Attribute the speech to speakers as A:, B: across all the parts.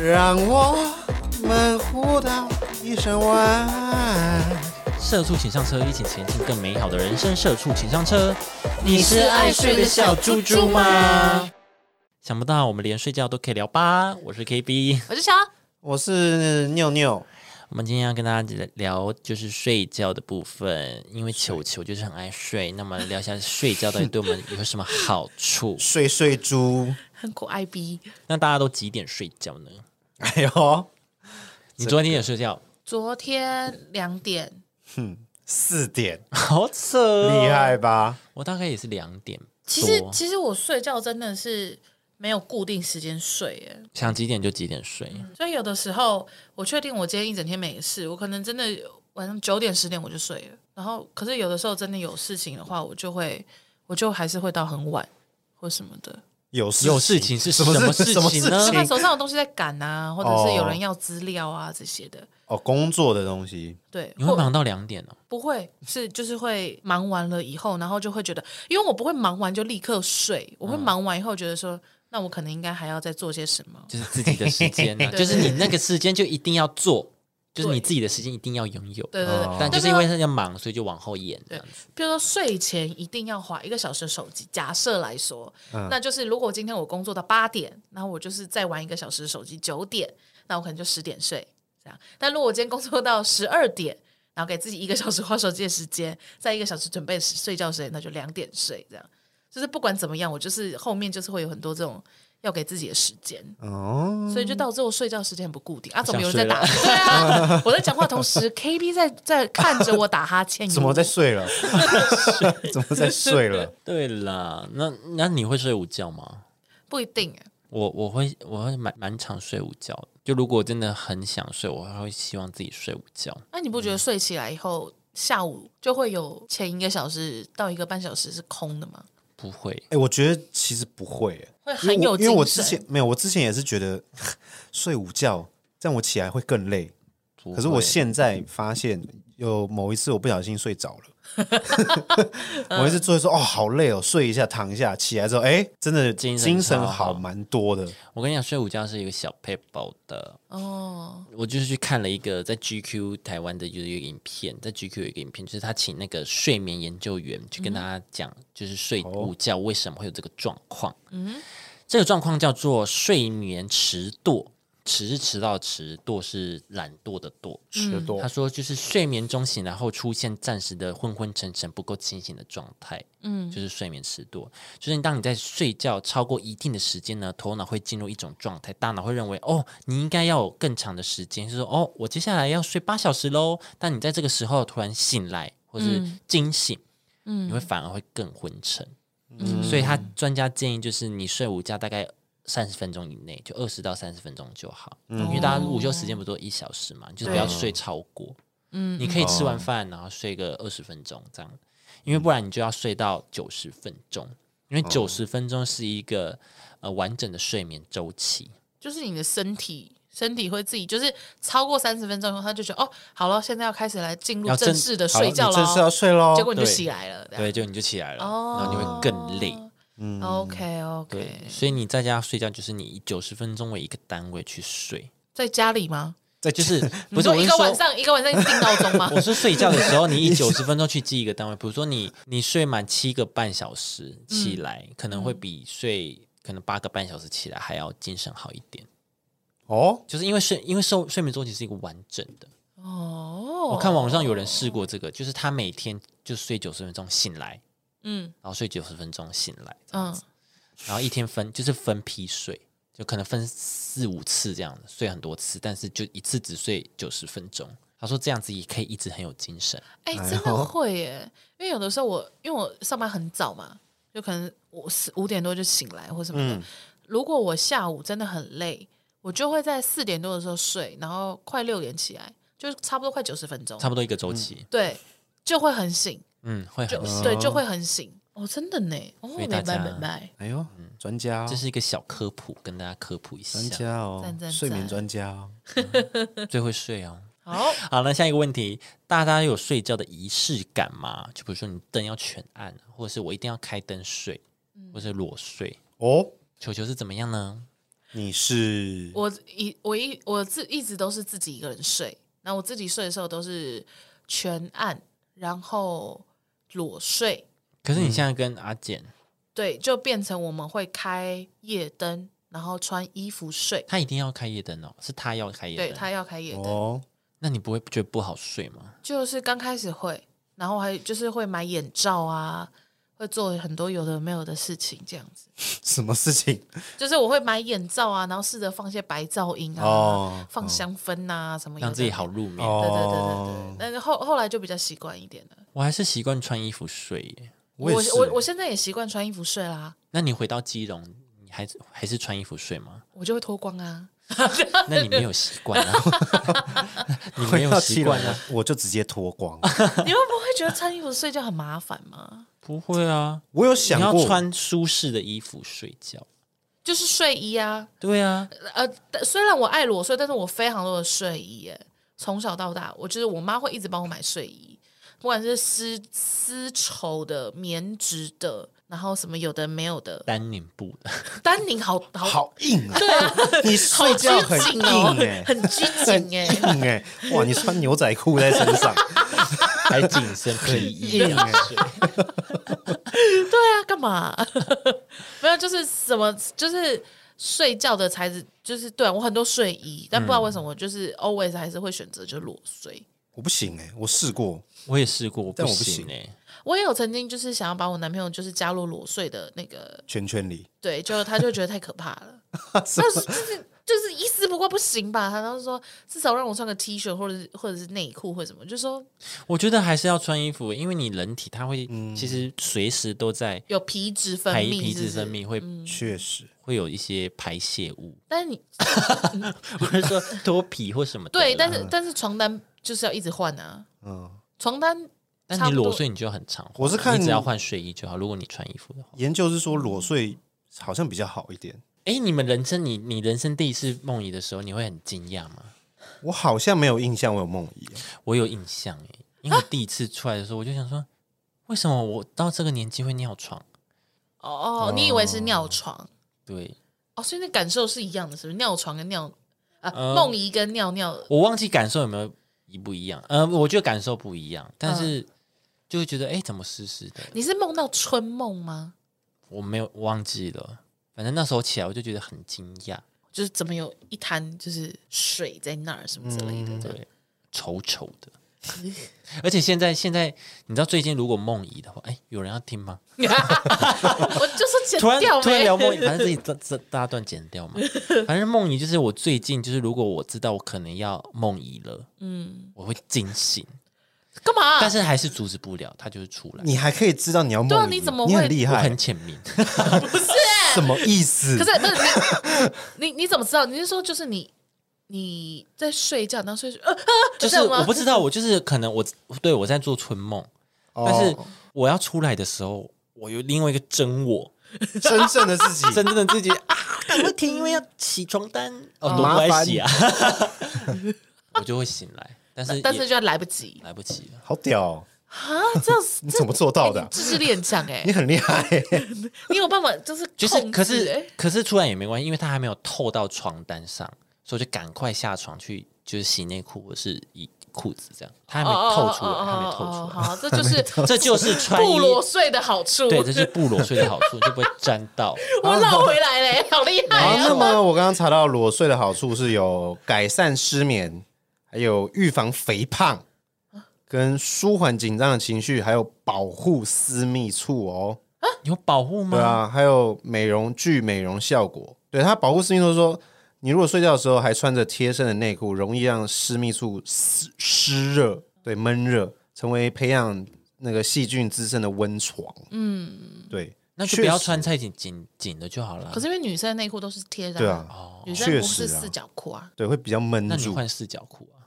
A: 让我们互道一声晚安。
B: 社畜请上车，一起前进更美好的人生。社畜请上车，
C: 你是爱睡的小猪猪吗？
B: 想不到我们连睡觉都可以聊吧！我是 KB，
C: 我就想，
A: 我是妞妞，？
B: 我们今天要跟大家聊就是睡觉的部分，因为球球就是很爱睡，那么聊一下睡觉到底对我们有什么好处
A: 睡睡猪。
C: 很可爱逼。
B: 那大家都几点睡觉呢？
A: 哎呦，
B: 你昨天也睡觉，
C: 昨天两点，
A: 四点，
B: 好扯、哦，
A: 厉！害吧？
B: 我大概也是两点多，啊
C: 其实其实我睡觉真的是没有固定时间睡耶，
B: 想几点就几点睡。
C: 所以有的时候我确定我今天一整天没事，我可能真的晚上九点十点我就睡了。然后，可是有的时候真的有事情的话，我就会我就还是会到很晚或什么的。
A: 有事
B: 有事情是
A: 什
B: 什么
A: 事
B: 事
A: 什么
B: 情
A: 事
B: 呢
C: 就看
A: 情？
C: 手上有东西在赶啊，或者
A: 哦
C: 是有人要资料啊这些的。
A: 哦，工作的东西。
C: 对，
B: 你
C: 或
B: 会忙到两点哦？
C: 不会，是就是会忙完了以后，然后就会觉得，因为我不会忙完就立刻睡，我会忙完以后觉得说，那我可能应该还要再做些什么。
B: 就是自己的时间呢、
C: 对
B: 就是你那个时间就一定要做，就是你
C: 对
B: 自己的时间一定要拥有。哦
C: 对对对，
B: 但就是因为他要忙，所以就往后延这
C: 对
B: 样子。，
C: 比如说睡前一定要划一个小时的手机，假设来说，
B: 嗯
C: 那就是如果今天我工作到八点，然后我就是再玩一个小时的手机，九点，那我可能就十点睡这样。但如果我今天工作到 十二点，然后给自己一个小时划手机的时间，再一个小时准备睡觉时间，那就两点睡这样。就是不管怎么样，我就是后面就是会有很多这种要给自己的时间，
A: 哦，
C: 所以就导致我睡觉时间很不固定啊。总
B: 嗯想
C: 有人在
B: 睡
C: 打，对啊，我在讲话同时，KB 在在看着我打哈 欠，
A: 怎么在睡 了？怎么在睡了？
B: 对啦，那那你会睡午觉吗？
C: 不一定欸
B: 我我会我会蛮蛮常睡午觉的，就如果真的很想睡，我还会希望自己睡午觉。
C: 那你不觉得睡起来以后，下午就会有前一个小时到一个半小时是空的吗？
B: 不会，
A: 哎、我觉得其实不会、欸，
C: 会很有
A: 因为我因为我之
C: 精神
A: 前没有，我之前也是觉得 睡午觉这样我起来会更累。
B: 不
A: 可是我
B: 会嗯
A: 现在发现，有某一次我不小心睡着 了，
B: 嗯
A: 我一直做一说哦好累哦，睡一下躺一下，起来之后哎、真的
B: 精神
A: 精
B: 超
A: 神
B: 好嗯
A: 好蛮多的。
B: 我跟你讲，睡午觉是一个小 paper 的。
C: 哦，
B: 我就是去看了一个在 GQ 台湾的就是一个影片，在 GQ 有一个影片，就是他请那个睡眠研究员去跟大家讲，就是睡午觉为什么会有这个状况。嗯，这个状况叫做睡眠迟惰，迟是迟到的迟，惰是懒惰的惰。
C: 嗯
A: 吃多
B: 他说，就是睡眠中醒来后出现暂时的昏昏沉沉、不够清醒的状态，嗯，就是睡眠迟惰。就是当你在睡觉超过一定的时间呢，头脑会进入一种状态，大脑会认为哦，你应该要有更长的时间，就是说哦，我接下来要睡八小时喽。但你在这个时候突然醒来或是惊醒，嗯，你会反而会更昏沉。
C: 嗯
A: 嗯
B: 所以他专家建议就是你睡午觉大概三十分钟以内，就二十到三十分钟就好。
A: 嗯
B: 因为大
C: 哦
B: 家午休时间不都一小时嘛，你就是不要睡超过。嗯，你可以吃完饭然后睡个二十分钟这样，因为不然你就要睡到九十分钟，因为九十分钟是一个呃完整的睡眠周期。
C: 就是你的身体。身体会自己就是超过三十分钟以后，他就觉得哦，好了，现在要开始来进入
B: 要正
C: 正式的
A: 好了
C: 睡觉
A: 你正式要
C: 了。
A: 睡喽。
C: 结果你就
B: 对
C: 起来了，这样
B: 对，就你就起来了，
C: 啊哦，
B: 然后你会更累。。
C: 嗯，OK
B: 对
C: OK，，
B: 所以你在家睡觉就是你以九十分钟为一个单位去睡，
C: 在家里吗？
A: 在
B: 就是不
C: 你
B: 是
C: 说
B: 我
C: 一
B: 是
C: 个晚
B: 说
C: 上一个晚上一直定闹钟 吗？
B: 我是睡觉的时候，你以九十分钟去记一个单位，比如说你你睡满七个半小时起来，可能会比睡可能八个半小时起来还要精神好一点，
A: 哦，
B: 就是因为睡因为睡睡眠周期是一个完整的。
C: 哦，
B: 我看网上有人试过这个，就是他每天就睡九十分钟醒来，
C: 嗯
B: 然后睡九十分钟醒来，
C: 嗯，
B: 然后一天分就是分批睡，就可能分四五次这样的睡很多次，但是就一次只睡九十分钟。他说这样子也可以一直很有精神。
C: 哎、
A: 哎
C: 真
A: 呦
C: 的会耶！因为有的时候我因为我上班很早嘛，就可能我四五点多就醒来或什么的。
B: 嗯
C: 如果我下午真的很累，我就会在四点多的时候睡，然后快六点起来，就是差不多快九十分钟，
B: 差不多一个周期，
C: 对，就会很醒，
B: 嗯，会
C: 就、
B: 很辛苦
C: 对，就会很醒。哦，真的呢，哦，
B: 所以
C: 明
B: 大
C: 白
B: 家
C: 明白，
A: 哎呦，专家、哦，
B: 嗯这是一个小科普，跟大家科普一
A: 专
B: 下。
A: 家哦，
C: 赞赞
A: 睡眠
C: 赞
A: 专家哦。
B: 最会睡哦。
C: 好，
B: 好，那下一个问题，大家有睡觉的仪式感吗？就比如说你灯要全暗，
C: 嗯
B: 或者是我一定要开灯睡，或者是裸睡。
A: 哦，嗯
B: 球球是怎么样呢？
A: 你是
C: 我一我一我自一直都是自己一个人睡，然后我自己睡的时候都是全暗，然后裸睡，
B: 可是你现在跟阿简，
C: 对，就变成我们会开夜灯，然后穿衣服睡。
B: 他一定要开夜灯哦，是他要开夜
C: 对
B: 灯，
C: 他要开夜灯，
A: 哦，
B: 那你不会觉得不好睡吗？
C: 就是刚开始会，然后还就是会买眼罩啊，会做很多有的没有的事情，这样子。
A: 什么事情？
C: 就是我会买眼罩啊，然后试着放一些白噪音啊，
A: 哦
C: 放香氛啊、什么，
B: 让自己好。入眠？
A: 哦
C: 对对对对对，但是后后来就比较习惯一点了。
B: 我还是习惯穿衣服睡耶。
A: 也
C: 我
A: 是
C: 我我现在也习惯穿衣服睡啦，
B: 那你回到基隆，你还是还是穿衣服睡 吗？
C: 我就会脱光啊。
B: 那你没有习惯啊， 你没
A: 回到
B: 有
A: 基
B: 习
A: 隆
B: 惯啊？
A: 我就直接脱光。
C: 你们不会觉得穿衣服睡觉很麻烦吗？
B: 不会啊，
A: 我有
B: 你
A: 想
B: 要
A: 过，
B: 穿舒适的衣服睡觉。
C: 就是睡衣啊，
B: 对啊，
C: 呃，但虽然我爱裸睡，但是我非常多的睡衣耶，从小到大，我就是我妈会一直帮我买睡衣，不管是丝丝绸的、棉质的，然后什么有的没有的，
B: 丹宁布的，
C: 丹宁好好
A: 好硬啊！对啊，你睡觉很
C: 好拘
A: 硬
C: 谨哦
A: 哎、
C: 很拘
A: 很
C: 谨哎、
A: 硬哎、哇！你穿牛仔裤在身上，
B: 还紧身皮衣这
A: 硬
B: 样
A: 哎
B: 睡。
C: 对啊，干嘛？ 没有，就是什么，就是睡觉的材质，就是对、啊、我很多睡衣，但不知道为什么，我就是 always 还是会选择就裸睡。
A: 我不行哎、我试过，
B: 我也试过，我
A: 但
B: 不
A: 我不
B: 行
A: 行
B: 哎、
C: 我也有曾经就是想要把我男朋友就是加入裸睡的那个，
A: 圈圈里
C: 对，就他就觉得太可怕了，
A: 什
C: 但
A: 么
C: 是就是就是一丝不挂不行吧？他当时说至少让我穿个 T 恤或者是或者是内裤或者什么，就说
B: 我觉得还是要穿衣服，因为你人体它会，
A: 嗯
B: 其实随时都在
C: 有皮脂分
B: 排
C: 泌
B: 皮
C: 是不嗯
B: 质
C: 是
B: 分，泌，会
A: 确实，
B: 会有一些排泄物，
C: 但是你
B: 或者说脱皮或什么的啦。
C: 对，但是但是床单就是要一直换啊，
A: 嗯，
C: 床单
B: 但
C: 差
B: 你
C: 不多
B: 裸睡你就很常换，
A: 我是看
B: 你只要换睡衣就好。如果你穿衣服的话，
A: 研究是说裸睡好像比较好一点。
B: 哎，你们人生你你人生第一次梦遗的时候，你会很惊讶吗？
A: 我好像没有印象，我有梦遗。啊
B: 我有印象哎，因为我第一次出来的时候，我就想说，为什么我到这个年纪会尿床？
C: 哦，哦，你以为是尿床
B: 对
C: 哦，所以那感受是一样的，是不是？尿床跟尿啊，
B: 呃
C: 梦遗跟尿尿
B: 我忘记感受有没有一不一样，呃，我觉得感受不一样，但是就会觉得哎，诶怎么湿湿的？
C: 你是梦到春梦吗？
B: 我没有我忘记了，反正那时候起来我就觉得很惊讶，
C: 就是怎么有一滩就是水在那儿什么之类的？
B: 对，丑丑的。 而且现在现在，你知道最近如果梦遗的话，哎，有人要听吗？
C: 我就是 剪
B: 突然
C: 掉
B: 突然
C: 没
B: 聊梦遗，反正自 己这这大段剪掉嘛。反正梦遗就是我最近就是，如果我知道我可能要梦遗了，嗯，我会惊醒，
C: 干嘛、
B: 但是还是阻止不了，它就是出来。
A: 你还可以知道你要梦遗，
C: 对啊你怎么会
A: 你很厉
B: 我
A: 害
B: 很？浅明，
A: 什么意思？
C: 可是不是你 你你怎么知道？你是说就是你你在睡觉，然后睡 呃呃，
B: 就是
C: 这样吗
B: 我不知道，我就是可能我对我在做春梦，
A: 哦
B: 但是我要出来的时候，我有另外一个真我，
A: 真正的自己，
B: 真正的自 己啊，赶快停，因为要洗床单哦，
A: 麻
B: 都不爱
A: 烦
B: 洗 啊，我就会醒来，但是
C: 但
B: 呃也
C: 是就要来不及
B: 来不及了。
A: 好屌、哦！
C: 啊！这样子
A: 你怎么做到的啊、
C: 自制力很强哎、
A: 你很厉害、 欸
C: 你有办法就是
B: 欸就是
C: 控制
B: 可是
C: 欸
B: 可是出来也没关系，因为它还没有透到床单上，所以我就赶快下床去就是洗内裤或是衣裤子这样，它还没透出来，它还没透
C: 哦哦哦哦哦
B: 出来，
C: 好， 这就是
B: 这就是穿衣
C: 不裸睡的好处。
B: 对，这是不裸睡的好处，你就不会沾到。
C: 我绕回来 嘞，好厉害
B: 哎
A: 好，
C: 啊！
A: 那么我刚刚查到裸睡的好处是有改善失眠，还有预防肥胖，跟舒缓紧张的情绪，还有保护私密处哦。
B: 嗯有保护吗？
A: 对啊，还有美容具美容效果。对它保护私密处说，你如果睡觉的时候还穿着贴身的内裤，容易让私密处湿湿热，对闷热，成为培养那个细菌滋生的温床。嗯，对，
B: 那就
A: 确
B: 不要
A: 实
B: 穿太紧紧紧的就好了
C: 可。是因为女生的内裤都是贴的，
A: 对啊，
C: 女生不是
A: 确实啊
C: 四角裤啊。
A: 对会比较闷
B: 那你
A: 住。
B: 换四角裤 啊？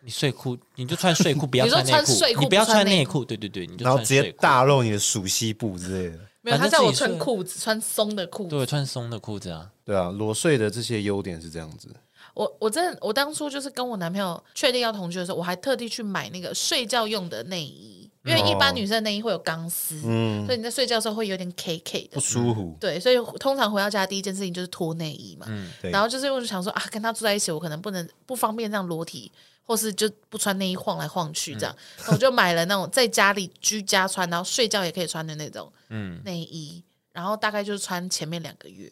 B: 你睡裤你就穿睡裤，不要
C: 你说
B: 内
C: 穿
B: 裤
C: 睡，裤
B: 你
C: 不
B: 不要
C: 穿
B: 穿
C: 内
B: 内
C: 裤
B: 裤，对对对，你就
A: 然后
B: 穿
A: 直接
B: 睡裤。
A: 大露你的属膝部之类的，
C: 没有，
B: 反
C: 她
B: 正
C: 叫我
B: 自己
C: 穿
B: 睡
C: 裤子，穿松的裤子。
B: 对，穿松的裤 子啊，
A: 对啊，裸睡的这些优点是这样子，
C: 我我真的，我当初就是跟我男朋友确定要同居的时候，我还特地去买那个睡觉用的内衣，因为一
A: 哦
C: 般女生内衣会有钢丝，所以你在睡觉的时候会有点 K K 的
A: 嗯不。舒服。嗯
C: 对，所以通常回到家第一件事情就是脱内衣嘛。
B: 嗯
A: 对
C: 然后就是我就想说啊，跟他住在一起，我可能不能不方便这样裸体，或是就不穿内衣晃来晃去这样。
A: 嗯
C: 那我就买了那种在家里居家穿，然后睡觉也可以穿的那种
B: 嗯，
C: 内衣，然后大概就是穿前面两个月，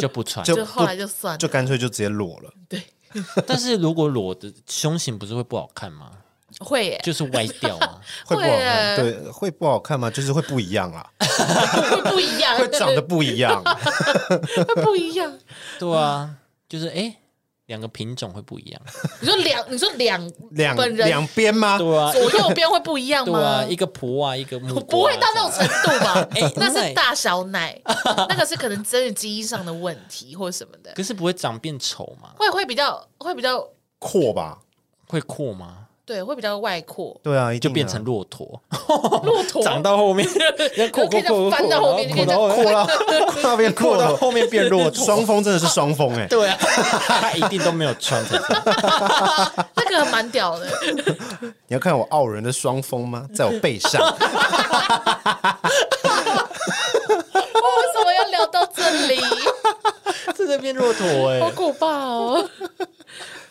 B: 就不穿。
A: 就
C: 就后来就算
A: 就
C: 了。
A: 干脆就直接裸了。
C: 对，
B: 但是如果裸的胸型不是会不好看吗？
C: 会耶、
B: 就是歪掉啊 吗？
A: 会不好看，
C: 会啊
A: 对，会不好看吗？就是会不一样 啦，
C: 会不一样，
A: 会长得不一样。
C: 会不一样。
B: 对啊，就是哎，两个品种会不一样。
C: 你说两，你说两
A: 两
C: 本人
A: 两边吗？
B: 对啊，
C: 左右边会不一样
B: 对
C: 吗
B: 啊，？一个婆啊，一个木瓜啊，
C: 不会到那种
B: 这样
C: 程度吧？
B: 哎
C: 那
B: 奶
C: 是大小奶，那个是可能真的基因上的问题或者什么的，
B: 可是不会长变丑吗？
C: 会会比较会比较
A: 阔吧？
B: 会阔吗？
C: 对，会比较外扩，
A: 对啊，一定
B: 就
A: 啊
B: 变成骆驼，
C: 骆 驼
B: 长到 后面要阔
C: 可
B: 阔
C: 以这样
B: 阔
C: 翻到后面
B: 阔
C: 就可以这样
B: 到
A: 阔到阔到变
B: 阔
A: 阔
B: 到
A: 了，
B: 后面变骆驼，
A: 双峰真的是双峰 哎，
B: 对啊，他 一定都没有穿才对。
C: 那个蛮屌的，
A: 你要看我傲人的双峰吗？在我背 上，
C: 为什么要聊到这里？
B: 真的变骆驼哎、
C: 好可怕哦！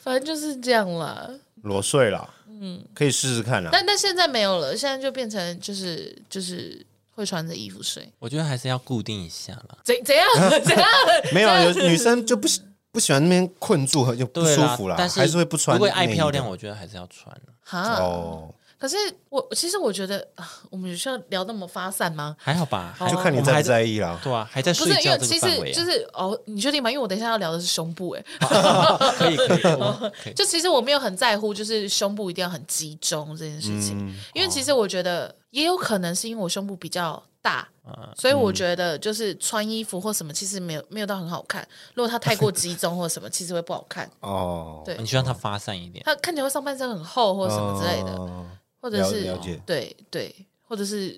C: 反正就是这样啦。
A: 裸睡啦，嗯，可以试试看啦。
C: 但但现在没有了，现在就变成就是就是会穿着衣服睡，
B: 我觉得还是要固定一下啦。
C: 怎 怎样 怎样？
A: 没有啊，有
C: 这样
A: 女生就不喜不喜欢那边困住，很就不
B: 对
A: 舒
B: 啦
A: 服啦，
B: 但是
A: 还是会不穿。
B: 如果爱漂亮，，我觉得还是要穿。啊
C: 哈。
A: 哦，
C: 可是我其实我觉得啊，我们有需要聊那么发散吗？
B: 还好吧，还
C: 哦
A: 就看你
B: 我们
A: 在
B: 还
A: 不在意啦。
B: 对啊，还在
C: 不
B: 睡
C: 是，因
B: 觉
C: 为
B: 这个
C: 其
B: 范
C: 实
B: 围、啊，
C: 就是哦，你确定吗？因为我等一下要聊的是胸部、 欸，哎，
B: 可以可以我可以。
C: 就其实我没有很在乎，就是胸部一定要很集中这件事情，
B: 嗯
C: 因为
B: 哦
C: 其实我觉得也有可能是因为我胸部比较大，
B: 啊
C: 所以我觉得就是穿衣服或什么，其实没有没有到很好看。如果它太 过集中或什么，其实会不好看，
A: 哦，
C: 对
B: 你需要它发散一点，
C: 它看起来会上半身很厚或
A: 哦，
C: 者什么之类的，
A: 呃
C: 或者
A: 了
C: 是
A: 了解
C: 对对，或者是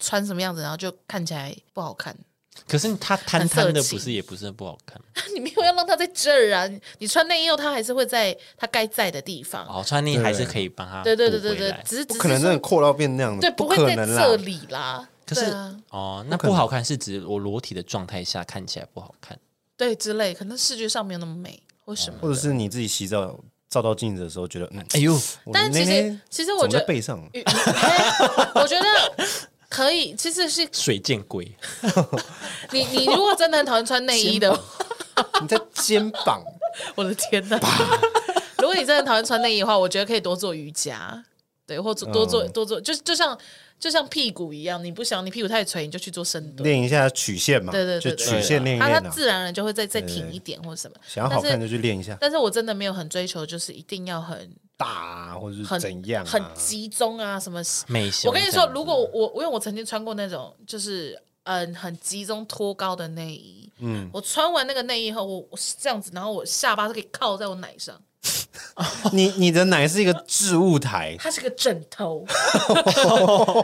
C: 穿什么样子，然后就看起来不好看。
B: 可是它摊摊的
C: 很色情
B: 不是也不是不好看
C: 你没有要让它在这儿啊！你你穿内衣后，它还是会在它该在的地方。
B: 哦，穿内衣还是可以帮它
C: 对对对
B: 补回
C: 对对啊
B: 来，
C: 只是
A: 不
C: 只
A: 可能
C: 是
A: 真的
C: 说
A: 扩到变那样
C: 对
A: 的，
C: 不会
A: 可
C: 在
A: 能
C: 这
A: 啦。
C: 里啦。
B: 可是
C: 对啊
B: 哦，那不好看是指我裸体的状态下看起来不好看。
C: 对之类，可能视觉上没有那么美或什么。
A: 或者是你自己洗澡照到镜子的时候，觉得嗯，
B: 哎呦，
A: 我
C: 但
A: 那
C: 其实
A: 天
C: 其实
A: 怎
C: 我
A: 么
C: 觉
A: 在
C: 得，
A: 背上啊了，
C: 与 哎我觉得可以。其实是
B: 水箭龟，
C: 你你如果真的很讨厌穿内衣 的话，
A: 你在肩膀，
C: 我的天哪！如果你真的讨厌穿内衣的话，我觉得可以多做瑜伽，对，或做多做
A: 嗯
C: 多做，就就像就像屁股一样，你不想你屁股太垂，你就去做深蹲。
A: 练一下曲线嘛，
C: 对对对
A: 就
C: 对
A: 曲线练一
C: 它
A: 练
C: 它
A: 啊。
C: 自然而然就会再再挺
A: 对
C: 一点或者什么。
A: 想要好看
C: 但
A: 就是去练一下
C: 但是我真的没有很追求，就是一定要很
A: 大啊，或者是
C: 很
A: 怎样啊，
C: 很集中啊什么。
B: 美胸
C: 我跟你
B: 这
C: 说
B: 样，子
C: 如果我因为我曾经穿过那种就是嗯很集中托高的内衣，嗯，我穿完那个内衣后，我我是这样子，然后我下巴是可以靠在我奶上，
A: 你你的奶是一个置物 台，
C: 它是个枕头，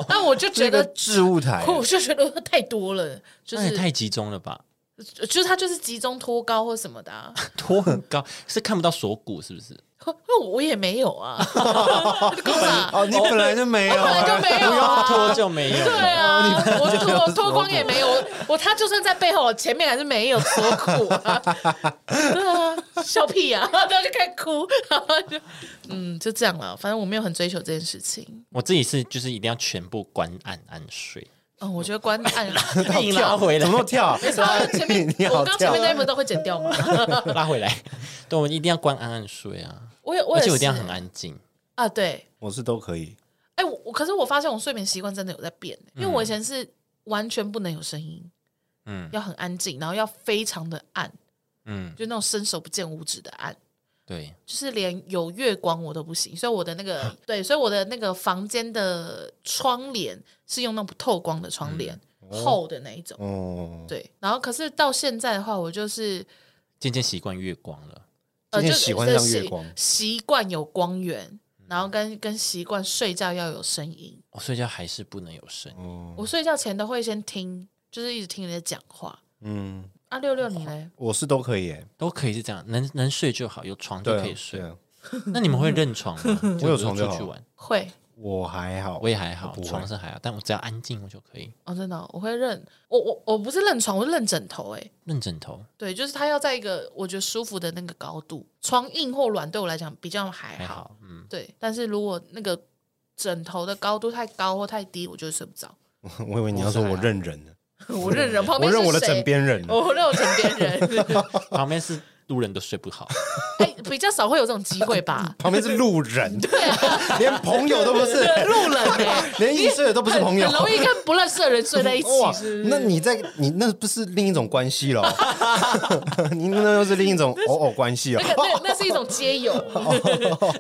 C: 那我就
A: 这
C: 觉
A: 个
C: 得。
A: 置物台，
C: 我就觉得太多了，就
B: 那也
C: 是
B: 太集中了吧？
C: 就是它就是集中托高或什么的、啊，
B: 托很高，是看不到锁骨是不是？
C: 那我也没有啊，干嘛？
A: 哦，你本来就没 有，
C: 本来就没有啊，
B: 脱就没有
C: 对
B: 了。
C: 啊，我脱我脱光也没有，我我他就算在背后，我前面还是没有锁骨啊。对啊，笑屁啊，然后就开始哭，然后就嗯，就这样了。反正我没有很追求这件事情。
B: 我自己是就是一定要全部关按按睡，
C: 嗯，我觉得观按，
B: 硬拉回来
A: 怎，么那么跳啊？
C: 然后前面
A: 你
C: 我
A: 好
C: 刚前
A: 跳啊
C: 面那一幕都会剪掉 吗？
B: 拉回来。 对，我一定要关按按睡啊，
C: 我也我
B: 而
C: 也
B: 且
C: 是
B: 我一定要很安静。
C: 啊，对，
A: 我是都可以，
C: 哎，我我可是我发现我睡眠习惯真的有在变，欸因为我以前是完全不能有声音，
B: 嗯
C: 要很安静，然后要非常的暗，
B: 嗯，
C: 就那种伸手不见五指的暗。
B: 对，
C: 就是连有月光我都不行，所以我的那
A: 啊
C: 个对，所以我的那个房间的窗帘是用那种透光的窗帘，厚的那一种。
A: 嗯哦，
C: 对，然后可是到现在的话，我就是
B: 渐渐习惯月光了。
C: 呃，
A: 渐渐
C: 就
A: 喜欢
C: 是
A: 上月
C: 习
A: 光嗯
C: 习惯有光源，然后跟跟习惯睡觉要有声音。
B: 我睡觉还是不能有声音，
A: 哦嗯
C: 我睡觉前都会先听，就是一直听人家讲话。
A: 嗯，
C: 啊，六六你嘞？
A: 我是都可以耶，
B: 都可以是这样，能能睡就好，有床就
A: 对啊，
B: 可以睡
A: 对。啊
B: 那你们会认床吗？
A: 我有床就好
B: 出去玩，
C: 会，
A: 我还好，
B: 我也还好
A: 不，会
B: 床是还好，但我只要安静我就可以。
C: 哦，真的哦、我会认我我我不是认床，我是认枕头、欸。哎，
B: 论枕头
C: 对，就是它要在一个我觉得舒服的那个高度，床硬或软对我来讲比较还好。
B: 还好，嗯，
C: 对，但是如果那个枕头的高度太高或太低，我就会睡不 着。
A: 我以为你要说我认人呢，
C: 我认人旁
A: 我
C: 边是谁，哦
A: 认我的枕边人啊呢，？
C: 我认我枕边人，
B: 旁边是路人都睡不好，
C: 哎、比较少会有这种机会吧
A: 旁边是路 人， 连朋友都不是，
C: 啊路人哎、
A: 连一岁的都不是朋友
C: 很，容易跟不认识的人睡在一起，
A: 哇
C: 是不是，
A: 那你在你那不是另一种关系 了， 你那又是另一种偶偶关系哦
C: 那。个那那是一种街 友，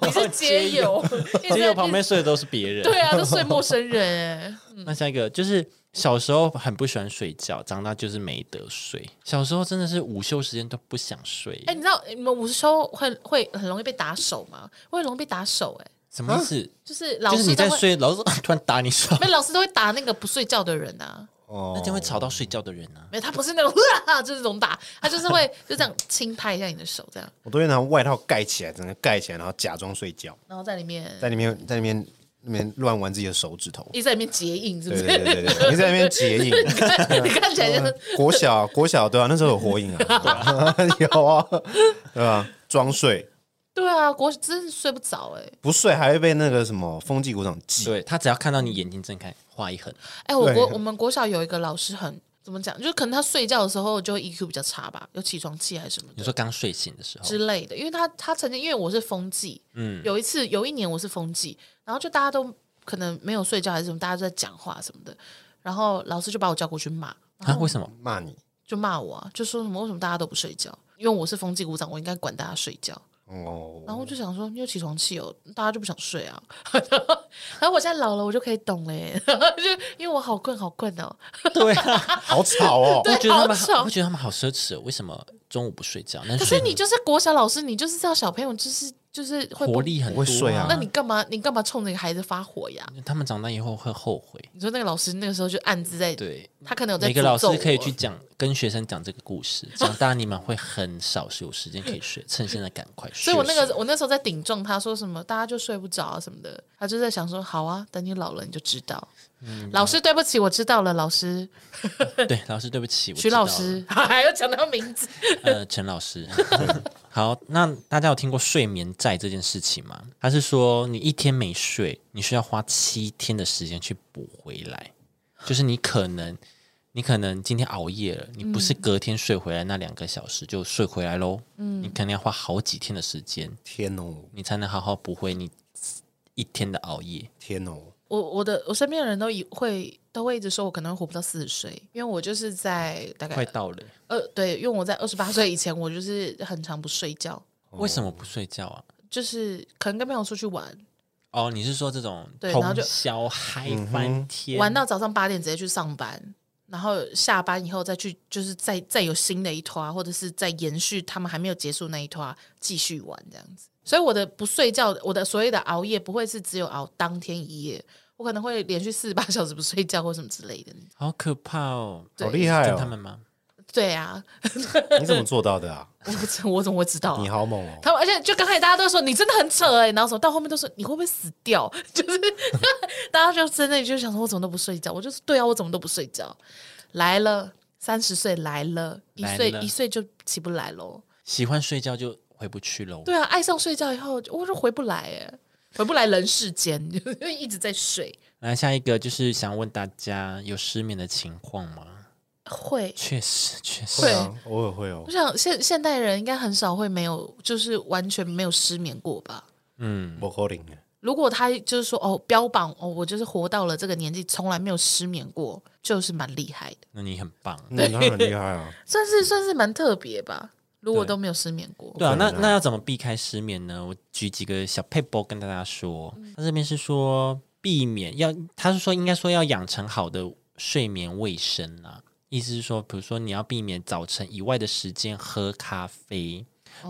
C: 你是街
A: 哦
C: 友，
B: 结
C: 街
B: 果旁边睡的都是别人。
C: 对啊，都睡陌生人、哎
B: 那下一个就是小时候很不喜欢睡觉，长大就是没得睡。小时候真的是午休时间都不想睡，
C: 哎、你知道你们午休会会很容易被打手吗？我很容易被打手、哎，
B: 什么意思？
C: 就是老
B: 就是
C: 师
B: 你
C: 都
B: 在
C: 会，
B: 睡，老师 突然打你手，
C: 没有老师都会打那个不睡觉的人啊。
A: 哦
B: 那这样会吵到睡觉的人啊。
C: 没有，他不是那种 啊，就是那种打，他就是会就这样轻拍一下你的手，这样，
A: 我都会拿外套盖起来，整个盖起来，然后假装睡觉，
C: 然后在里面
A: 在里面在里面那边乱玩自己的手指 头。
C: 一直在里面结印，是不
A: 对
C: 是？
A: 对对对对，你在那嗯边结印。
C: 你 看你看起来就是
A: 国小国小对啊，那时候有火影啊，对啊 有啊，对吧？装睡
C: 对啊，国真是睡不着哎、
A: 不睡还会被那个什么风纪股长记。
B: 对他只要看到你眼睛睁开，画一横，
C: 哎、我国
A: 对
C: 我们国小有一个老师很怎么讲，就可能他睡觉的时候就 EQ 比较差吧，有起床气还是什么
B: 你
C: 的
B: 说刚睡醒的时候，
C: 之类的，因为他他曾经因为我是风纪，
B: 嗯，
C: 有一次有一年我是风纪，然后就大家都可能没有睡觉还是什么，大家都在讲话什么的，然后老师就把我叫过去骂，
B: 啊，为什么？
A: 骂你
C: 就骂我啊，就说什么为什么大家都不睡觉？因为我是风纪股长，我应该管大家睡觉。然
A: 哦，
C: 后我就想说，你有起床气哦，大家就不想睡啊。 然后我现在老了，我就可以懂嘞， 就因为我好困好困哦。
B: 对啊，
A: 好吵哦！
B: 我觉得他们
C: 好吵
B: 好，我觉得他们好奢侈哦。为什么中午不睡觉？那
C: 可是你就是国小老师，你就是知道小朋友就是就是会不
B: 活，力很多、
A: 我会睡啊
C: 那你干嘛你干嘛冲那个孩子发火呀？
B: 他们长大以后会后悔。
C: 你说那个老师那个时候就暗自在，
B: 对，
C: 他可能有在
B: 每个老
C: 诅
B: 师
C: 咒
B: 可以
C: 我
B: 去讲跟学生讲这个故 事，长大你们会很少是有时间可以睡，趁现在赶快睡。
C: 所以我那个我呃那时候在顶撞他说什么，大家就睡不着啊什么的，他就在想说，好啊，等你老了你就知道。
B: 嗯
C: 老师，对不起，我知道了，老师，
B: 对老师，对不起，我
C: 徐
B: 知道
C: 老
B: 了，
C: 师， 还要讲他名字。
B: 呃，陈老 师。 好，那大家有听过睡眠债这件事情吗？他是说你一天没睡，你需要花七天的时间去补回来，就是你可能。你可能今天熬夜了，你不是
C: 嗯
B: 隔天睡回来那两个小时就睡回来喽，
C: 嗯
B: 你可能要花好几天的时间，
A: 天哦，
B: 你才能好好补回你一天的熬夜。
A: 天哦，
C: 我我的我身边的人都以会都会一直说我可能会活不到四十岁，因为我就是在大
B: 快
C: 概
B: 到了，
C: 呃对，因为我在二十八岁以前，我就是很常不睡觉，
B: 哦为什么不睡觉啊？
C: 就是可能跟朋友出去玩，
B: 哦，你是说这种
C: 对然后
B: 通
C: 就
B: 宵嗨翻天，
C: 玩到早上八点直接去上班，然后下班以后再去，就是再再有新的一拖，或者是再延续他们还没有结束那一拖继续玩这样子。所以我的不睡觉，我的所谓的熬夜不会是只有熬当天一夜，我可能会连续四十八 小时不睡觉或什么之类的。
B: 好可怕哦！
A: 好
C: 对
A: 厉害
B: 跟他们
A: 哦！
B: 吗？
C: 对啊，
A: 你怎么做到的啊？
C: 我不知我怎么会知道、
A: 你
C: 啊？
A: 好猛哦！
C: 他们而且就刚开始大家都说你真的很扯哎、然后什么到后面都说你会不会死掉？ 就是大家就真的就想说我怎么都不睡觉，我就是对啊，我怎么都不睡觉。来了，三十岁来了，一岁
B: 来了
C: 一岁就起不来喽。
B: 喜欢睡觉就回不去喽。
C: 对啊，爱上睡觉以后，我就回不来哎、回不来人世间， 因为一直在睡。
B: 来下一个就是想问大家，有失眠的情况吗？
C: 会，
B: 确实，确实
A: 会啊，偶尔会哦
C: 我。想现现代人应该很少会没有，就是完全没有失眠过吧。
B: 嗯，
A: 我可能
C: 如果他就是说哦，标榜哦，我就是活到了这个年纪，从来没有失眠过，就是蛮厉害的，
B: 那你很棒。
A: 那他很厉害啊！
C: 算是算是蛮特别吧。如果
B: 对
C: 都没有失眠过，
B: 对啊，那
A: 可能啊
B: 那要怎么避开失眠呢？我举几个小 paper 跟大家说，他这边是说避免要，他是说应该说要养成好的睡眠卫生啊，意思是说，比如说你要避免早晨以外的时间喝咖啡，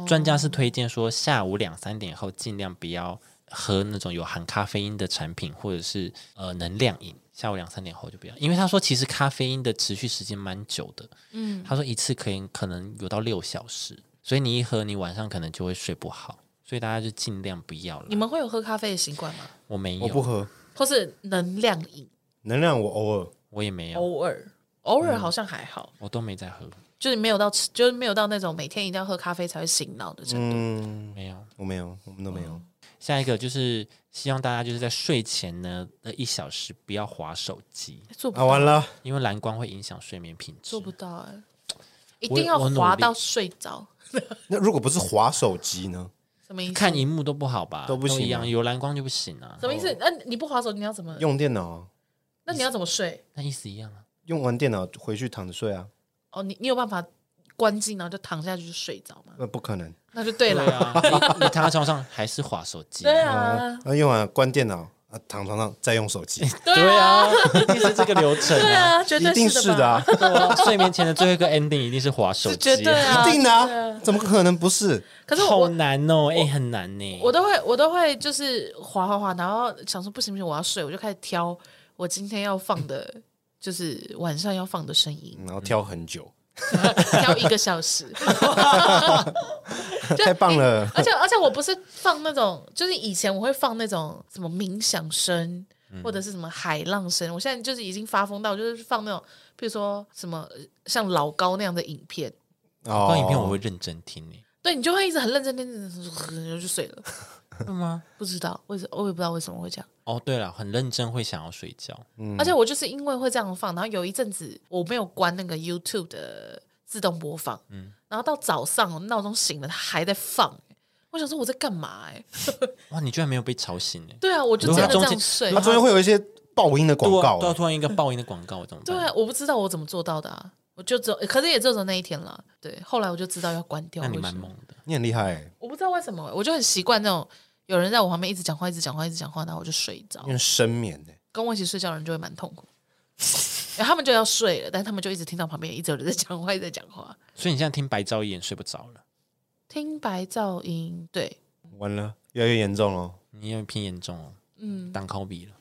B: 专家是推荐说下午两三点后尽量不要喝那种有含咖啡因的产品或者是呃能量饮。下午两三点后就不要，因为他说其实咖啡因的持续时间蛮久的，
C: 嗯，
B: 他说一次可以可能有到六小时，所以你一喝，你晚上可能就会睡不好，所以大家就尽量不要了。
C: 你们会有喝咖啡的习惯吗？
B: 我没有，
A: 我不喝，
C: 或是能量饮，
A: 能量我偶尔
B: 我也没有，嗯
C: 偶尔偶尔好像还好，
B: 我都没在喝，
C: 就是没有到吃，就是没有到那种每天一定要喝咖啡才会醒脑的程度。
A: 嗯，
B: 没有。
A: 我没有，我们都没有。
B: 下一个就是希望大家就是在睡前呢的一小时不要划手机，
C: 做不
A: 啊，
C: 到，
A: 完了，
B: 因为蓝光会影响睡眠品质
C: 做。不到哎、一
B: 我
C: 定要
B: 我努
C: 滑
B: 力
C: 到睡着，
A: 那如果不是划手机呢？
C: 什么意思？
B: 看荧幕都不好吧，
A: 都不行啊
B: 一样，有蓝光就不行啊
C: 什，么意思？那、你不滑手，你要怎么？
A: 用电脑啊，
C: 那你要怎么睡？
B: 那意思一样啊。
A: 用完电脑回去躺着睡啊？
C: 哦，你你有办法关机，然后就躺下去就睡着吗？
A: 那不可能。
C: 那就对了
B: 对。啊，你你躺在床上还是划手机，
C: 对啊，
A: 那用完关电脑啊，躺床上再用手机，
B: 对
C: 对啊，
B: 啊，一定是这个流程
C: 对
B: 啊。
C: 啊，绝
A: 一定
C: 对
A: 是
C: 的
A: 的
C: 吧，
A: 啊，
B: 对啊睡眠前的最后一个 ending 一定是划手
C: 是
B: 机
C: 绝，对 啊，
A: 一定的
C: 对
A: 啊
C: 啊，
A: 怎么可能不是？
C: 可是
B: 好
C: 我
B: 难哦，哎，很难呢。
C: 我都会我都会就是滑滑滑，然后想说不行不行，我要睡，我就开始挑我今天要放的，就是晚上要放的声音，
A: 然后挑很久，
C: 挑一个小时。
A: 太棒了。
C: 而且而且我不是放那种，就是以前我会放那种什么冥想声。
A: 嗯
C: 或者是什么海浪声，我现在就是已经发疯到，就是放那种，比如说什么呃像老高那样的影片，
A: 哦
B: 放影片我会认真听欸呢，
C: 对你就会一直很认真地，然后就睡了。
B: 是吗？
C: 不知道为什我也不知道为什么会这样。
B: 哦，对了，很认真会想要睡觉，
C: 而且我就是因为会这样放，然后有一阵子我没有关那个 YouTube 的自动播放，
B: 嗯
C: 然后到早上我闹钟醒了，它还在放、欸我想说我在干嘛、欸？
B: 哇，你居然没有被吵醒哎。
C: 对啊，我就
B: 如果
C: 真
B: 它
C: 的这
B: 中
C: 样
B: 间
C: 睡
A: 它。中间会有一些爆音的广
B: 对啊
A: 告
B: 对啊，
A: 啊，
B: 突然一个爆音的广告，我怎么
C: 对
B: 办？
C: 啊，我不知道我怎么做到的啊，我就只有，可是也只有那一天了。对，后来我就知道要关掉。
B: 那你
C: 为
B: 蛮
C: 什么
B: 猛的。
A: 你很厉害欸，
C: 我不知道为什么欸、我就很习惯那种有人在我旁边一直讲话，一直讲话，一直讲话，然后我就睡着
B: 哦
A: 你。很深眠欸的。
C: 跟我一起睡觉的人就会蛮痛苦。 然后他们就要睡了，但他们就一直听到旁边一直有人在讲话，一直在讲话，
B: 所以你现在听白噪音睡不着了，
C: 听白噪 音。对，
A: 完了，越来越严重了。
B: 你有点偏严重哦。嗯，当 Kobe 了。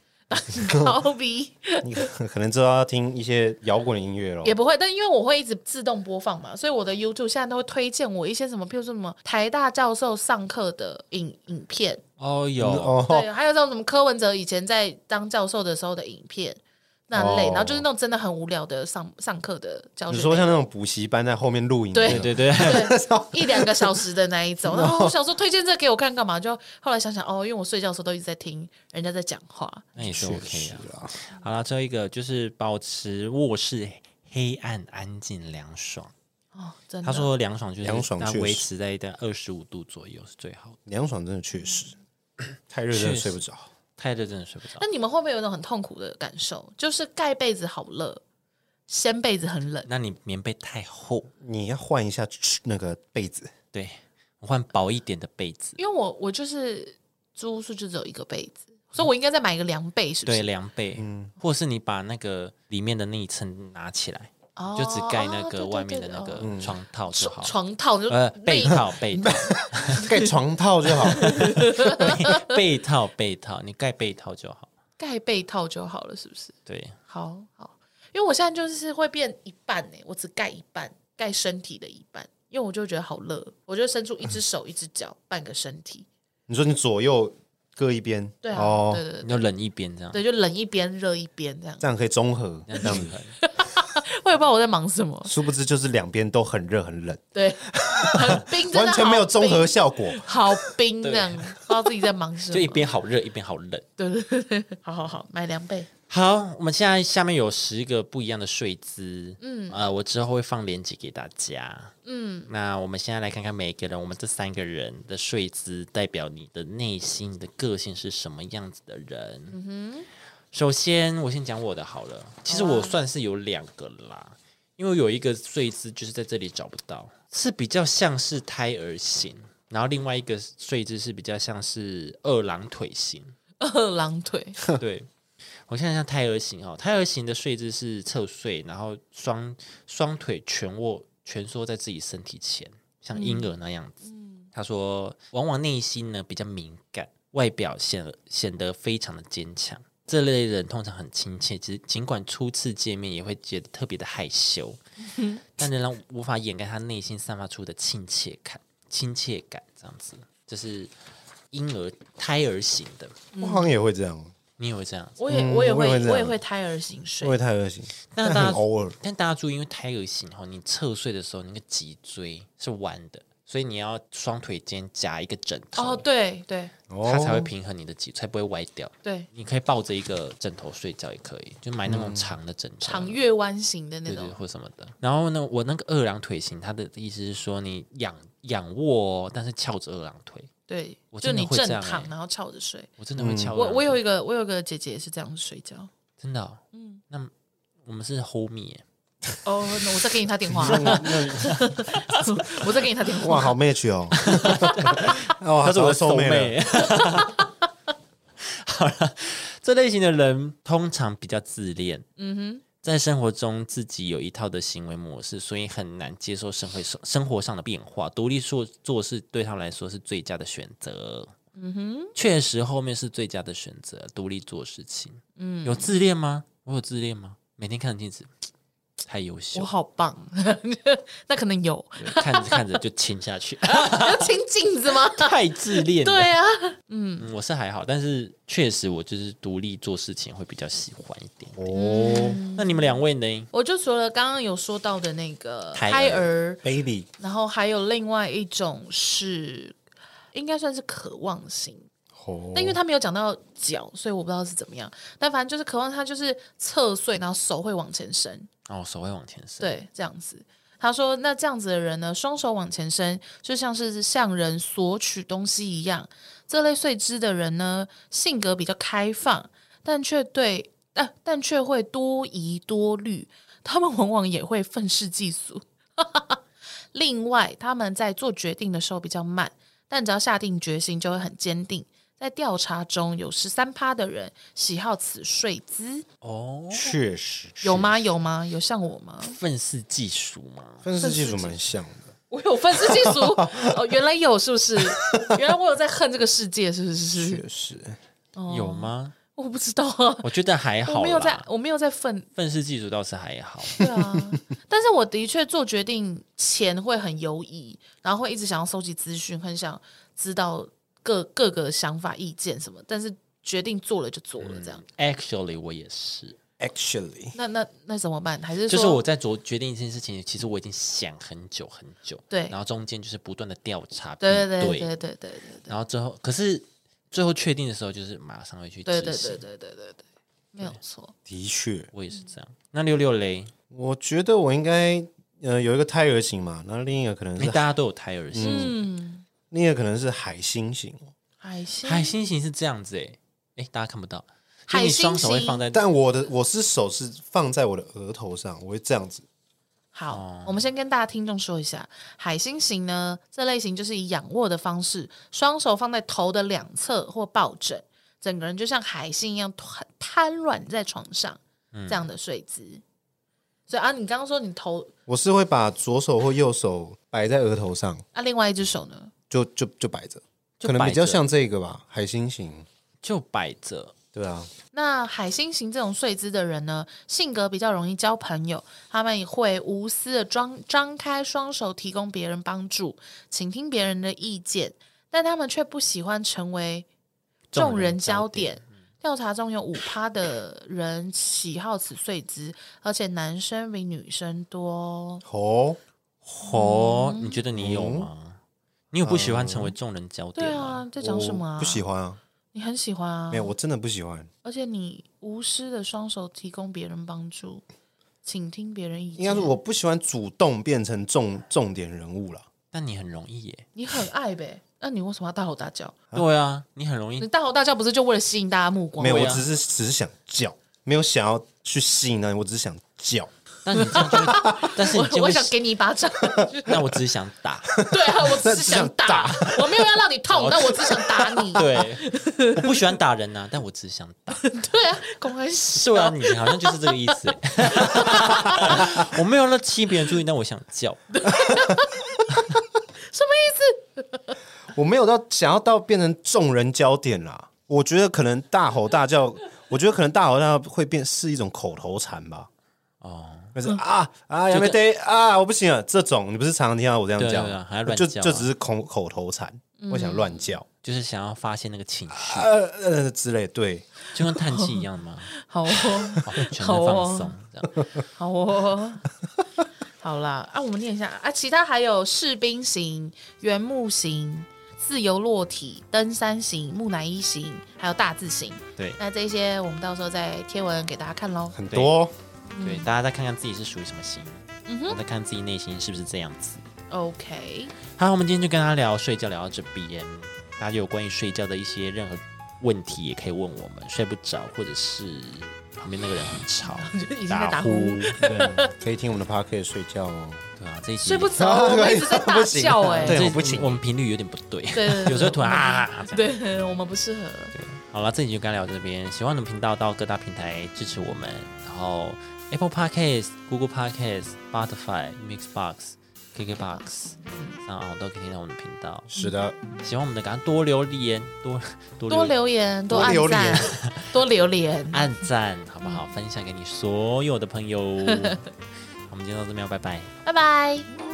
C: 高逼
A: 你可可能知道要听一些摇滚的音乐咯。哦
C: 也不会，但因为我会一直自动播放嘛，所以我的 YouTube 现在都会推荐我一些什么，譬如说什么台大教授上课的影影片，
B: 哦，有
A: 哦，
C: 对，还有这种什么柯文哲以前在当教授的时候的影片那类，
A: 哦
C: 然后就是那种真的很无聊的上上课的教学
A: 你
C: 内容，
A: 说像那种补习班在后面录影，
C: 对
B: 对对对，
C: 一两个小时的那一 种。然
B: 哦
C: 后我想说推荐这给我看干嘛？就后来想想哦，因为我睡觉的时候都一直在听人家在讲话，
B: 那也是
A: 确
B: OK
A: 实
B: 的。
A: 啊，
B: 好了，最后一个就是保持卧室黑暗、安静、凉爽。
C: 哦，真的。
B: 他说凉爽就是
A: 凉爽
B: 它
A: 确
B: 维
A: 实
B: 持在一个二十五度左右是最好的，
A: 凉爽真的确实，太热真的睡不着。
B: 太热真的睡不着
C: 那。你们会不会有一种很痛苦的感受，就是盖被子好热，掀被子很冷？
B: 那你棉被太厚，
A: 你要换一下那个被子，
B: 对我换薄一点的被子，
C: 因为我我就是租屋处就只有一个被子，所以我应该再买一个凉被，是不嗯
B: 对
C: 是？
B: 凉被，或是你把那个里面的那一层拿起来，
C: 哦
B: 就只盖那
C: 哦对
B: 个
C: 对
B: 外面的
C: 对
B: 那个
C: 哦
B: 床套就好
C: 床
B: 了。
C: 床套就
B: 呃，
C: 内
B: 被套，被套，
A: 盖床套就好。
B: 被套，被套，你盖被套就好。
C: 盖被套就好了，是不是？
B: 对，
C: 好好，因为我现在就是会变一半呢、我只盖一半，盖身体的一半，因为我就觉得好热，我就伸出一只手、一只 脚，半个身体。
A: 你说你左右各一边，
C: 对啊，对
A: 哦，
C: 对对
B: 你就冷一边这样，
C: 对，就冷一边热一边这样。
A: 这样可以中和。
B: 这样子。
C: 我也不知道我在忙什么，
A: 殊不知就是两边都很热很冷，
C: 对， 很冰，真的
A: 完全没有
C: 好
A: 综合
C: 冰，
A: 效果。
C: 好冰这样，不知道自己在忙 什
B: 就一
C: 么。
B: 边好热，一边好冷。
C: 对对对对，好好好，买凉被。
B: 好，我们现在下面有十个不一样的睡姿，嗯，呃，我之后会放链接给大家，嗯，那我们现在来看看每个人，我们这三个人的睡姿代表你的内心，你的个性是什么样子的人。嗯哼，首先我先讲我的好啊了，其实我算是有两个啦，因为有一个睡姿就是在这里找不到，是比较像是胎儿型，然后另外一个睡姿是比较像是二郎腿型。
C: 二郎腿，
B: 对，我现在像胎儿型哦，胎儿型的睡姿是侧睡，然后双双腿全握蜷缩在自己身体前，像婴儿那样子。他说，往往内心呢比较敏感，外表显得显得非常的坚强。这类人通常很亲切，其实尽管初次见面也会觉得特别的害羞，但仍然无法掩盖他内心散发出的亲切感。亲切感这样子，这是婴儿胎儿型的。嗯
A: 我好像也会这样，
B: 你也会这样子。
C: 我也我也
A: 嗯我也会
C: 会
A: 这样
C: 我也会胎儿醒
A: 因
C: 睡
A: 为，太恶心，
B: 但
A: 但
B: 大
A: 很
B: 家
A: 偶尔。
B: 但大家注意，因为胎儿型哈，你侧睡的时候，你那个脊椎是弯的，所以你要双腿间夹一个枕头，
C: 哦，对对
A: 哦
B: 它才 会平衡你的脊椎，才不会歪掉。
C: 对，
B: 你可以抱着一个枕头睡觉也可以，就买那种长的枕头，啊
C: 长月弯型的嗯那
B: 对对
C: 种，
B: 或什么的。然后呢，我那个二郎腿型，它的意思是说你仰仰卧、哦，但是翘着二郎腿，
C: 对
B: 我，
C: 就
B: 真的
C: 你
B: 会这
C: 正
B: 样
C: 躺
B: 欸
C: 然后翘着睡。
B: 我真的会翘二郎
C: 嗯我
B: 腿。
C: 我有一个我有个姐姐也是这样睡觉。
B: 真的、哦，嗯，那我们是 homie，耶
C: 哦，那我再给你她电话， 我再给你她电话。
A: 哇，好 match 哦！哦，
B: 她是我的
A: 收
B: 手
A: 妹了。
B: 妹。好了， 这类型的人通常比较自恋，嗯哼，在生活中自己有一套的行为模式，所以很难接受社会生生活上的变化。独立做做事对他们来说是最佳的选择。嗯哼，确实后面是最佳的选择，独立做事情。嗯，有自恋吗？我有自恋吗？每天看着镜子，太优秀
C: 我，好棒， 那可能有
B: 对看着看着就亲下去。
C: 要亲镜子吗？
B: 太自恋了。
C: 对啊，
B: 嗯，我是还好，但是确实我就是独立做事情会比较喜欢一点。
A: 哦
B: 那你们两位呢？
C: 我就除了刚刚有说到的那个
B: 胎
C: 胎
B: 儿
C: 儿，
A: ，baby，
C: 然后还有另外一种是，应该算是渴望型。
A: 哦，
C: 但因为他没有讲到脚，所以我不知道是怎么样。但反正就是渴望他就是侧睡，然后手会往前伸，
B: 哦，手会往前伸。，
C: 对，这样子。他说：“那这样子的人呢，双手往前伸，就像是向人索取东西一样。这类睡姿的人呢，性格比较开放，但却对，但、但却会多疑多虑。他们往往也会愤世嫉俗。 另外，他们在做决定的时候比较慢，但只要下定决心，就会很坚定。在调查中，有十三趴的人喜好此睡姿，
B: 哦，
A: 确实
C: 有？吗？有吗？有像我吗？”
B: 愤世嫉俗嘛。
A: 分世技术蛮像的，
C: 我有愤世嫉俗哦，原来有是不是？原来我有在恨这个世界是不是？
A: 确实。
B: 有吗？
C: 我不知道啊，
B: 哦我觉得还好啦。
C: 我没有在，我没有在愤，
B: 愤世嫉俗倒是还 好。
C: 对啊。但是我的确做决定前会很犹疑，然后会一直想要收集资讯，很想知道各各个想法、意见什么。但是决定做了就做了，这
B: 嗯
C: 样。
B: Actually，我也是，
A: Actually，
C: 那那那怎么办？还是说
B: 就是我在做决定一件事情，其实我已经想很久很久，
C: 对
B: 然后中间就是不断的调查，
C: 对
B: 比
C: 对对
B: 嗯对
C: 对对对对
B: 然后最后可是最后确定的时候，就是马上会去
C: 对对对
B: 执
C: 对
B: 行。
C: 对对对对，没有错。
A: 的确，
B: 我也是这样。那六六雷，
A: 我觉得我应该呃有一个胎儿型嘛，然后另一个可能
B: 因为
A: 是
B: 哎大家都有胎儿型，
C: 嗯，
A: 另一个可能是海星型，
C: 海鲜
B: 海星型是这样子诶，诶，大家看不到，就
C: 海
B: 你
C: 星
B: 双手会
C: 型
B: 放在
A: 但我的我是手是放在我的额头上，我会这样子。
C: 好，我们先跟大家听众说一下，海星型呢，这类型就是以仰卧的方式，双手放在头的两侧或抱枕，整个人就像海星一样瘫瘫软在床上、这样的睡姿。所以啊，你刚刚说你头
A: 我是会把左手或右手摆在额头上，
C: 啊，另外一只手呢？
A: 就就就摆着，
B: 就
A: 可能比
B: 摆
A: 较
B: 着
A: 像这个吧，海星型。
B: 就摆着，
A: 对啊，
C: 那海星型这种睡姿的人呢，性格比较容易交朋友，他们也会无私的张张开双手，提供别人帮助，倾听别人的意见，但他们却不喜欢成为众人焦点。
A: 嗯
C: 调查中有五趴的人喜好此睡姿，而且男生比女生多。
A: 哦，
B: 哦，
C: 嗯
B: 你觉得你有吗？你有不喜欢成为众人焦
C: 对
B: 点
C: 啊
B: 吗？，
C: 在讲什么啊？
A: 我不喜，欢啊，
C: 你很喜欢啊
A: 没。有，我真的不喜欢。
C: 而且你无私的双手提供别人帮助，倾听别人意见。
A: 应该是我不喜欢主动变成重重点人物啦。
B: 但你很容易耶。
C: 你很爱呗，那你为什么要大吼大叫？
B: 对啊，你很容易
C: 你 大吼大叫不是就为了吸引大家目光？
A: 没有，
B: 对
A: 我
B: 啊
A: 只是只是想叫，没有想要去吸引人，我只是想叫。
B: 但你这样就会，但是你
C: 我
B: 就
C: 我
B: 会，
C: 想给你一巴掌。
B: 那我只是想打，
C: 对啊，我只是想打，我没有要让你痛，但我只想打 你。
B: 对，我不喜欢打人呐，啊但我只是想打。
C: 对啊，公开死。
B: 对啊，你好像就是这个意思耶。 我没有让吸引别人注意，但我想叫。
A: 我没有到想要到变成众人焦点啦。我觉得可能大吼大叫，我觉得可能大吼大叫会变是一种口头禅吧。
B: 哦，
A: 就是啊啊，亚美得啊，我不行了。这种你不是常常听到我这样
B: 对啊
A: 讲
B: 对啊
A: 吗
B: 还乱
A: 就
B: 叫啊
A: 就只是口口头禅，我想乱叫。
B: 就是想要发泄那个情绪，
A: 呃呃之类，对，
B: 就跟叹气一样 吗？
C: 好哦，
B: 哦全身放松，这样
C: 好哦，好啦，啊，我们念一下啊，其他还有士兵型、原木型、自由落体、登山型、木乃伊型，还有大字型。
B: 对
C: 那这些我们到时候再贴文给大家看喽。
A: 很多
C: 嗯
B: 对，大家再看看自己是属于什么型，然后再看自己内心是不是这样子。
C: OK，
B: 好，我们今天就跟大家聊睡觉，聊到这边。大家有关于睡觉的一些任何问题，也可以问我们。睡不着，或者是旁边那个人很 吵
C: 已，经在打
B: 打
C: 呼
B: 呼，
A: 可以听我们的 podcast 睡觉哦。
B: 对啊，这一集
C: 睡不着，我们一直在大
A: 不行
C: 叫哎、
A: 对
B: 这
A: 我不行
B: 我们频率有点不对，
C: 对对对
B: 有时候突然啊啊啊这样。
C: 对我们不适合。
B: 好了，这集就该聊到这边。喜欢我们频道，到各大平台支持我们，然后 Apple Podcast、Google Podcast、Spotify、Mixbox、KKBox 上啊都可以听到我们的频道。
A: 是的，
B: 喜欢我们的，赶快多留言， 多多
C: 多留言，多
A: 多
C: 按
A: 留
C: 赞
A: 言，
C: 多留言。
B: 按赞，好不 好？分享给你所有的朋友。我们今天到这边，拜拜。
C: 拜拜。